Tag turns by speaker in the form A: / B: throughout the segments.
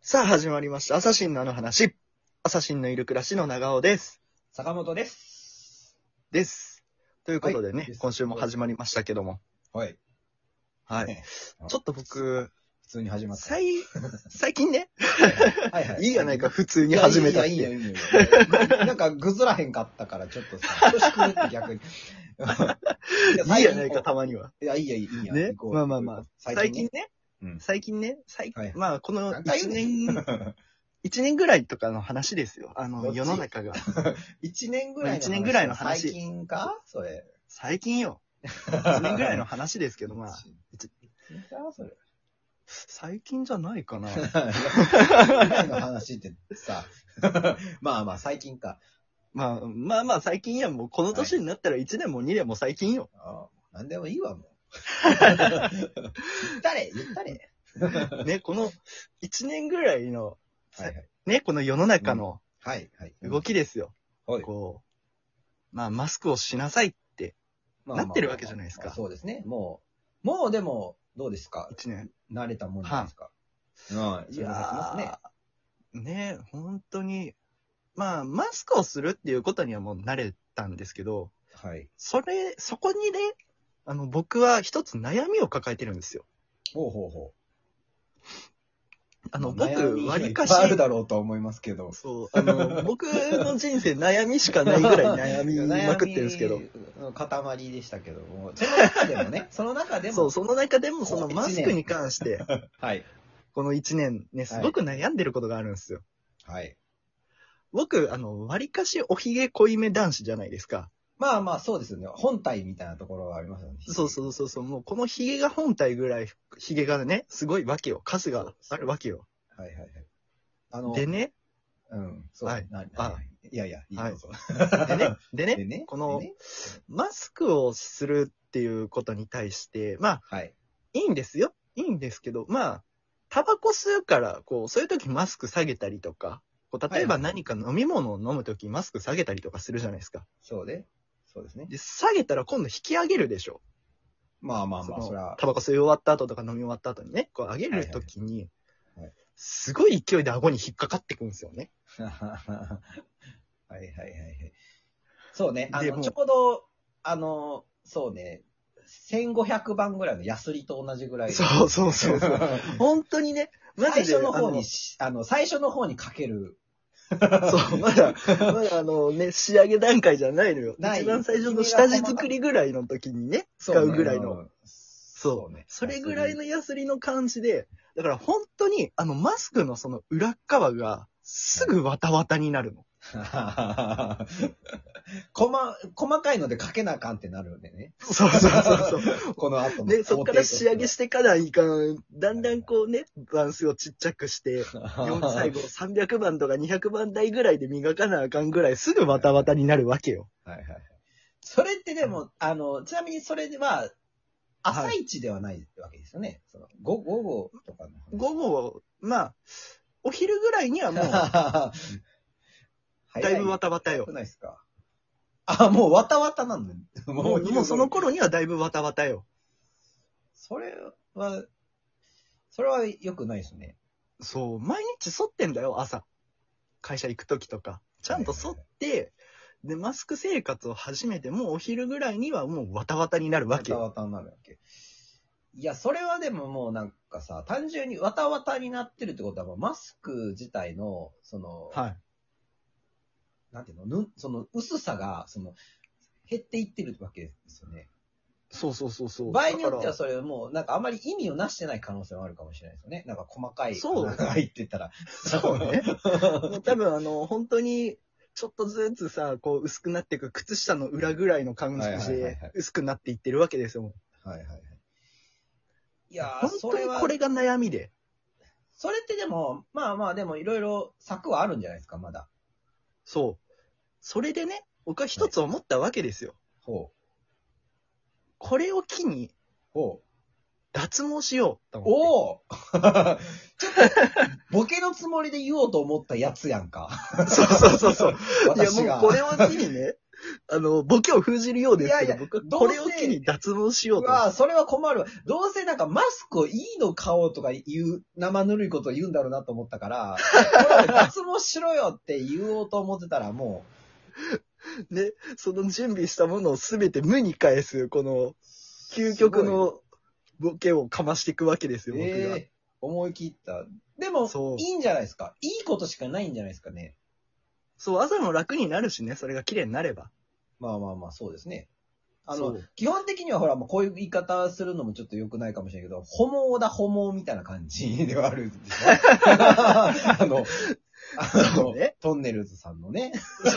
A: さあ始まりました。アサシンのあの話。アサシンのいる暮らしの長尾です。
B: 坂本です。
A: です。ということでね、
B: はいです
A: 今週も始まりましたけども。
B: はい。
A: はい
B: ね。
A: ちょっと僕、
B: 普通に始まった。
A: 最、最近ね、
B: はいはい
A: いいやないか、。普通
B: い
A: に
B: や
A: 始めたっ
B: いいよ、
A: て。
B: いいよ、いいよ。なんか、ぐずらへんかったから、ちょっとさ、調子狂って 逆に。い
A: いいやないか、。たまには。
B: いや、いいや、いいや。
A: ね
B: 行こう
A: まあまあまあ最
B: 最
A: 近
B: 近
A: ね
B: う、ん
A: 最近ね、最
B: はい
A: まあこの
B: 何回
A: 1
B: 言
A: 年、
B: ね。
A: 一年ぐらいとかの話ですよ。あ
B: ど
A: の、
B: っち
A: 世の中が。
B: 一年ぐらいの話。
A: 一年ぐらいの話
B: 最近かそれ。
A: 最近よ。
B: 一
A: 1年ぐらいの話ですけど、まあ、
B: 一年か それ。
A: 最近じゃないか な。
B: ぐらいの話ってさ、 まあまあ、最近か。
A: まあ、まあまあ最近や、もうこの年になったら1年も2年も最近よ。
B: ああ、なんでもいいわ、もう。言ったれ、言ったれ。
A: ね、この1年ぐらいの、
B: はいはい。
A: ね、この世の中の
B: はい、はい。
A: 動きですよ。
B: はい
A: こう、まあマスクをしなさいって、
B: まあまあまあ
A: なってるわけじゃないですか
B: そうですね。もう、もうでも、どうですか
A: 1年。
B: 慣れたもんじゃないですか。うん。
A: い
B: いやますね。
A: やーね、本当に、まあマスクをするっていうことにはもう慣れたんですけど、
B: はい。
A: それ、そこにね、あの、僕は一つ悩みを抱えてるんですよ。
B: ほうほうほう。
A: あの、
B: ま悩み
A: 僕、
B: が
A: わりか
B: い
A: し
B: っぱい、あるだろうと思いますけど。
A: そう、あの、 僕の人生悩みしかないぐらい悩みまくってるんですけ ど。。
B: 塊でしたけども。その中でもね、その中で も。
A: そう、その中でもその
B: こう
A: マスクに関して、
B: はい。
A: この1年ね、すごく悩んでることがあるんですよ。
B: はい。
A: 僕、あの、割かしおひげ濃いめ男子じゃないですか。
B: まあまあ、そうですよね。本体みたいなところはありますよね。
A: そうそうそうそう、もうこのひげが本体ぐらい、ひげがね、すごいわけよ。数があるわけよ。
B: はいはいはい。あの、
A: でね、
B: うん、そう。
A: はい
B: な
A: あ
B: な、いやいや、いい
A: はい
B: どうぞ。
A: でね、で
B: で
A: ね、
B: ね
A: この
B: でね
A: マスクをするっていうことに対して、まあ、
B: はい。
A: いいんですよ。いいんですけど、まあ、タバコ吸うから、こう、そういう時マスク下げたりとか、こう例えば
B: はいはい
A: 何か飲み物を飲む時マスク下げたりとかするじゃないですか。
B: そうで、そうですね。
A: で、下げたら今度引き上げるでしょ。
B: まあまあ
A: そ
B: まあ、それ
A: の
B: は。
A: タバコ吸い終わった後とか飲み終わった後にね、こう上げる時に
B: はいはいはい、
A: すごい勢いで顎に引っかかってくんですよね。
B: はいはいはいはい。そうね、あ
A: で
B: の、
A: もう
B: ちょうど、あの、そうね、1500番ぐらいのヤスリと同じぐらい。
A: そうそうそう そう本当にね、マ
B: 最
A: ジで
B: 初の方
A: あ
B: にし、あの、最初の方にかける。
A: そう、ま だ、まだあのね、仕上げ段階じゃないのよ。
B: ない
A: 一番最初の下地作りぐらいの時にね、使うぐらいの。
B: の。
A: そうね。それぐらいのヤスリの感じで、だから本当に、あの、マスクのその裏っ側が、すぐわたわたになる の。
B: 細、細かいのでかけなあかんってなるんでね。
A: そうそうそうそう。
B: この後の。
A: で、そっから仕上げしてからいかん。だんだんこうね、バランスをちっちゃくして、
B: 4
A: 最後300番とか200番台ぐらいで磨かなあかんぐらい、すぐわたわたになるわけよ。
B: はいはいはい。それってでも、あの、ちなみにそれは、朝一ではないわけですよね。その午午後とかの話。
A: 午後、まあ、お昼ぐらいにはもう、
B: だ
A: だいぶわたわたよ。
B: ないですか。あ、もうわたわたなんだよ。
A: もう、もうその
B: 子。
A: 頃にはだいぶわたわたよ。
B: それは、それは良くないですね。
A: そう、毎日剃ってんだよ、朝。会社行く時とか。ちゃんと剃って、で、マスク生活を始めて、もうお昼ぐらいにはもうわたわたになるわ
B: わ
A: け
B: た
A: よ。
B: わたになるわけ。いや、それはでももうなんかさ、単純にわたわたになってるってことは、もうマスク自体の、その、
A: はい。
B: なんていうの、ぬその薄さが、その、減っていってるわけですよね。
A: そうそうそうそう。
B: 場合によっては
A: だか
B: それもう、なんかあまり意味をなしてない可能性もあるかもしれないですよね。なんか細かい。
A: そう
B: 穴が入って たら。
A: らそうね。もう多分あの、本当に、ちょっとずつさ、こう薄くなっていく靴下の裏ぐらいの感
B: はい
A: じ
B: はいはい
A: で
B: はい
A: 薄くなっていってるわけですよ。
B: はいはいはい。いやー、
A: 本
B: そ
A: 当
B: れ
A: に
B: は
A: こ、れが悩みで。
B: それってでも、まあまあでもいろいろ策はあるんじゃないですか、まだ。
A: そう。それでね、僕は一つ思ったわけですよ。
B: ほう。
A: これを機に
B: ほう。
A: 脱毛しようと思って。
B: おお ちょっと、ボケのつもりで言おうと思ったやつやんか。
A: そうそうそうそう。いや
B: 私が。
A: もうこれを機にね、あの、ボケを封じるようですけ
B: いや
A: ど、
B: いや
A: 僕は
B: どうせ
A: これを機に脱毛しようと。
B: わあ、それは困るわ。どうせなんかマスクをいいの買おうとか言う、生ぬるいことを言うんだろうなと思ったから、これは脱毛しろよって言おうと思ってたらもう、
A: ね、その準備したものをすべて無に返す、この、究極のボケをかましていくわけですよ、僕が。
B: ええ思い切った。でも
A: そう、
B: いいんじゃないですか。いいことしかないんじゃないですかね。
A: そう、朝も楽になるしね、それが綺麗になれば。
B: まあまあまあ、そうですね。あ
A: そ
B: の、
A: う
B: 基本的にはほら、もうこういう言い方するのもちょっと良くないかもしれないけど、ホモだホモみたいな感じではあるでしょ あ の、あ
A: そ
B: の、
A: うね
B: トンネルズさんのね。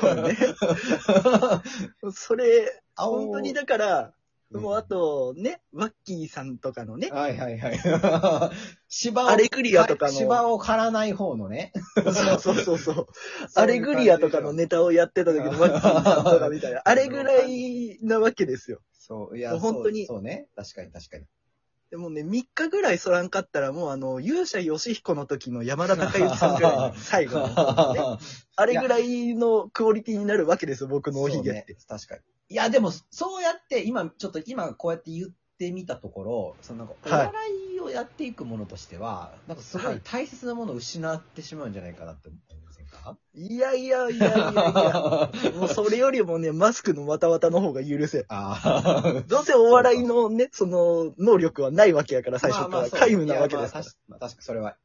A: そうね。 それ、
B: あ
A: 本当にだから、もうあ
B: は
A: と、ね、ワッキーさんとかのね、
B: いはいはい。 芝を、
A: アレグリアとかの、
B: 芝を刈らない方のね。
A: そうそうそうそう、 アレグリアとかのネタをやってた時のワッキーさんとかみたいな、 あれぐらいなわけですよ。
B: そう、いや、
A: もう本当に
B: そうそうね。確かに確かに。
A: でもね、3日ぐらいそらんかったら、もうあの、勇者ヨシヒコの時の山田孝之さんぐらいの最後 の、ね、あれぐらいのクオリティになるわけですよ、僕のおひげって。
B: そうね確かに。いや、でも、そうやって、今、ちょっと今、こうやって言ってみたところ、そのなんか、お
A: はい
B: 笑いをやっていくものとしては、なんかすご
A: はいい
B: 大切なものを失ってしまうんじゃないかなって思いませんか、
A: いやいやいやいやい や。もうそれよりもね、マスクのわたわたの方が許せん。
B: あー
A: どうせお笑いのね、その、能力はないわけやから、最初
B: まあ
A: か
B: ま
A: ら。
B: あそう
A: 皆無なわけです
B: いやま
A: か
B: あ確まあ確かにそれは、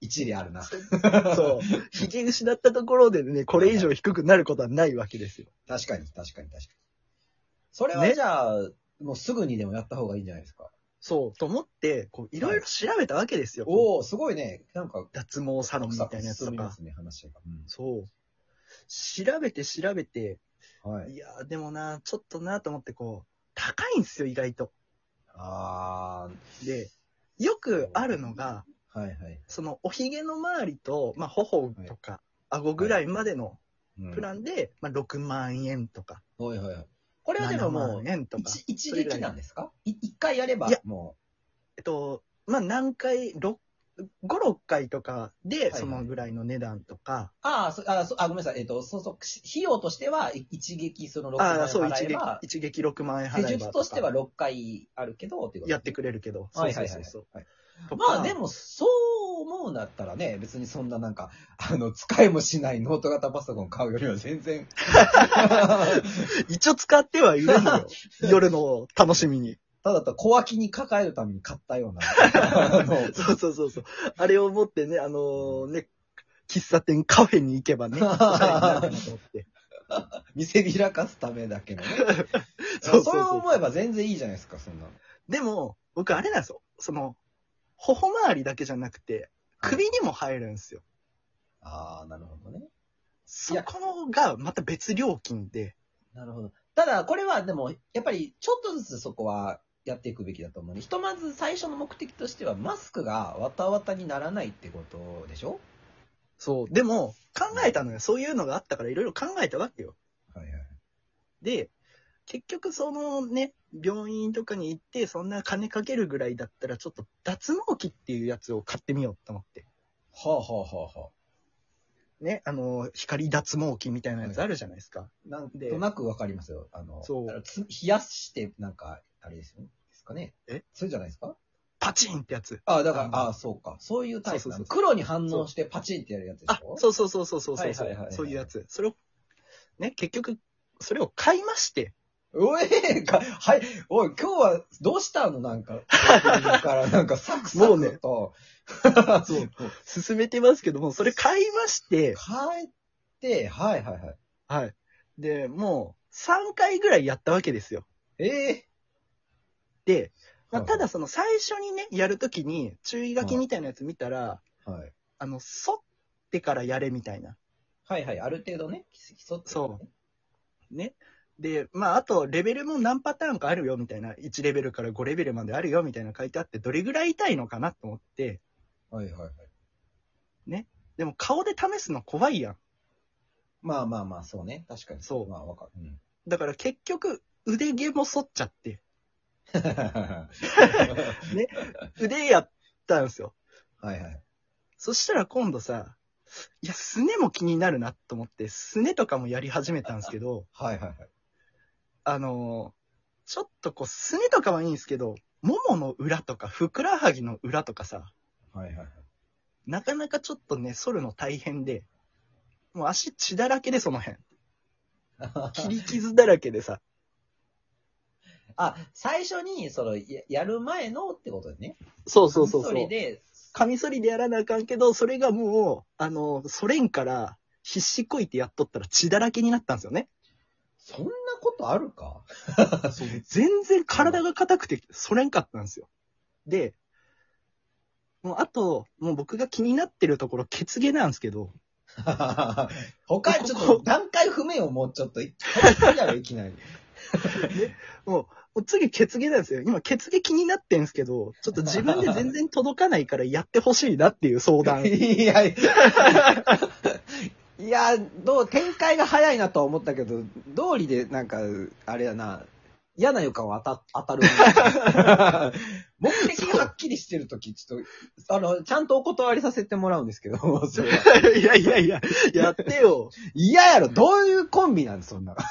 B: 一理あるな。
A: ら。そう。ひげ失ったところでね、これ以上低くなることはないわけですよ。
B: 確かに、確かに、確かに。それは
A: ね
B: じゃあ、もうすぐにでもやった方がいいんじゃないですか。
A: そう。と思って、こう、いろいろ調べたわけですよ。
B: おおすごいね。なんか、
A: 脱毛サロンみたいなやつ
B: 進
A: と
B: みま
A: か。
B: すね、話が。
A: そう。調べて調べて、
B: うん、はい。
A: いやー、でもな、ちょっとなと思って、こう、高いんですよ、意外と。
B: あ
A: で、よくあるのが、
B: あ、はいはい。
A: その、おひげの周りと、まあ、頬とか、顎ぐらいまでのプラ
B: ン。
A: ンで、まあ、6万円とか、
B: はいはいはい。これはで
A: 7
B: もも
A: 万
B: う、
A: 円とか、
B: 一一
A: それぐら
B: 撃
A: い
B: なんですかい一回やれば
A: いや、
B: も
A: えっと、まあ、何回、5、6回とか
B: はい
A: で、
B: はい
A: そのぐらいの値段とか、
B: う、ああ、そあそあ、ごめんなさい。えっ、と、そうそう、し費用としては、い一撃その6回
A: ああ、そう、一
B: 払え
A: 撃
B: ば、、
A: 一撃6万円払え
B: 施
A: ば
B: 術としては
A: とか
B: 6回あるけど、っていうこと
A: やってくれるけど、
B: はいはいはい
A: そうそうそう
B: はい
A: そう。
B: まあで
A: も、
B: も、そう思うんだったらね、別にそんななんか、あの、使いもしないノート型パソコン買うよりは 全然。
A: 一応使ってはいる のよ。夜の楽しみに。
B: ただと小脇に抱えるために買ったような。あの
A: そうそうそうそう。あれを持ってね、あのーね、喫茶店、カフェに行けば ね、おしゃれになるかなと思って。
B: 見せびらかすため だけのね。
A: そうそう
B: そ
A: そう
B: れを思えば全然いいじゃないですか、そんなの。
A: でも、僕あれなんですよ。その、頬周りだけじゃなくて、首にも入るんですよ。
B: ああ、なるほどね。
A: そこのがまた別料金で。
B: なるほど。ただ、これはでも、やっぱりちょっとずつそこはやっていくべきだと思うね。ひとまず最初の目的としては、マスクがわたわたにならないってことでしょ
A: そう。でも、考えたのよ。そういうのがあったからいろいろ考えたわけよ。
B: はいはい。
A: で、結局そのね、病院とかに行って、そんな金かけるぐらいだったら、ちょっと脱毛器っていうやつを買ってみようと思って。
B: はあはあはあはあ。
A: ね、あの、光脱毛器みたいなやつあるじゃないですか。
B: なん
A: で
B: となくわかりますよ。あの、
A: そう
B: あのつ冷やして、なんか、あれですよね。ですかね。
A: え
B: そうじゃないですか
A: パチンってやつ。
B: ああ、だか
A: あ
B: ら、
A: の
B: ああ、そうか。そういうタイプな
A: そうそうそ
B: の
A: う
B: 黒に反応してパチンってやるやつでし
A: あ
B: ょ、う。
A: そうそうそうそうそうそうそう、
B: はいはいはいはい
A: そういうやつ。それを、ね、結局、それを買いまして、
B: おえか、はい、おい、今日はどうしたのな んか、だからなんかサクサ
A: もう ね
B: クと。
A: そう進めてますけども、それ買いまして、
B: 変えて、はいはいはい。
A: はい。で、もう、3回ぐらいやったわけですよ。
B: ええ
A: で、まあ、
B: はい
A: ただその最初にね、やるときに注意書きみたいなやつ見たら、
B: はい。
A: あの、剃ってからやれみたいな。
B: はいはい、ある程度ね、基礎ってことね
A: ね。で、まあ、あと、レベルも何パターンかあるよみたいな、1レベルから5レベルまであるよみたいな書いてあって、どれぐらい痛いのかなと思って、
B: はいはいはい。
A: でも顔で試すの怖いやん。
B: まあまあまあ、そうね。確かに。
A: そう
B: まあわかる。 うん。
A: だから結局、腕毛も剃っちゃって、腕やったんですよ。
B: はいはい。
A: そしたら今度さ、いや、すねも気になるなと思って、すねとかもやり始めたんですけど、
B: はいはいはい。
A: あのーちょっとこう、すねとかはいいんですけど、ももの裏とか、ふくらはぎの裏とかさ、
B: はいはいはい。
A: なかなかちょっとね、剃るの大変で、もう足血だらけで、その辺。 切り傷だらけでさ、
B: あ、最初に、その、ややる前のってことでね。
A: そうそうそうそう
B: カミソリ。で、
A: カミソリでやらなあかんけど、それがもう、あのー、ソ連から必死こいてやっとったら血だらけになったんですよね。
B: そんなことあるか
A: 全然体が硬くて、それんかったんですよ。で、もうあと、もう僕が気になってるところ、血毛なんですけど、
B: 他、ちょっと段階不明をもうちょっ と、いやろ、いきなり。
A: もう次血毛なんですよ。今血毛気になってんですけど、ちょっと自分で全然届かないからやってほしいなっていう相談。
B: いや、いや、どう、展開が早いなとは思ったけど、道理でなんか、あれだな、嫌な予感は当た、当たる。 目的がはっきりしてるとき、ちょっと、あの、ちゃんとお断りさせてもらうんですけど、それはい
A: や いやいや、やってよ。
B: 嫌やろ、どういうコンビなんそんな。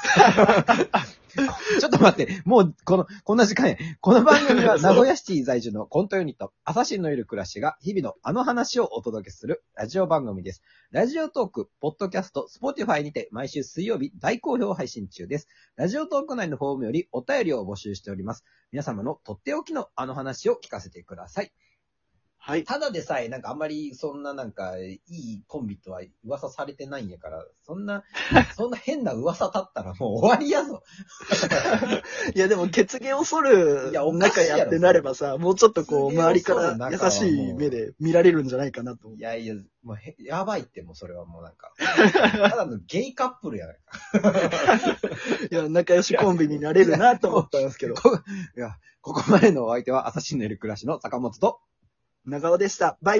B: ちょっと待って、もう、この、こんな時間や。この番組は名古屋シティ在住のコントユニット、朝シンのいる暮らしが、日々のあの話をお届けするラジオ番組です。ラジオトーク、ポッドキャスト、スポティファイにて、毎週水曜日大好評配信中です。ラジオトーク内のフォームよりお便りを募集しております。皆様のとっておきのあの話を聞かせてください。
A: はい。
B: ただでさえ、なんかあんまりそんななんか、いいコンビとは噂されてないんやから、そんな、 そんな変な噂立ったらもう終わりやぞ。
A: いやでも血毛を剃る
B: いやおかし
A: 仲
B: いやろ
A: やってなればさ、もうちょっとこう、
B: 血毛を剃る
A: 周りから
B: 仲はもう
A: 優しい目で見られるんじゃないかなと思う
B: い。やいや、もうへ、やばいってもうそれはもうなんか、ただのゲイカップルやないか。
A: いや、仲良しコンビになれるなと思ったんです けど。
B: こいや、ここまでのお相手は、朝シンのいる暮らしの坂本と、
A: 長尾でした。バイバイ。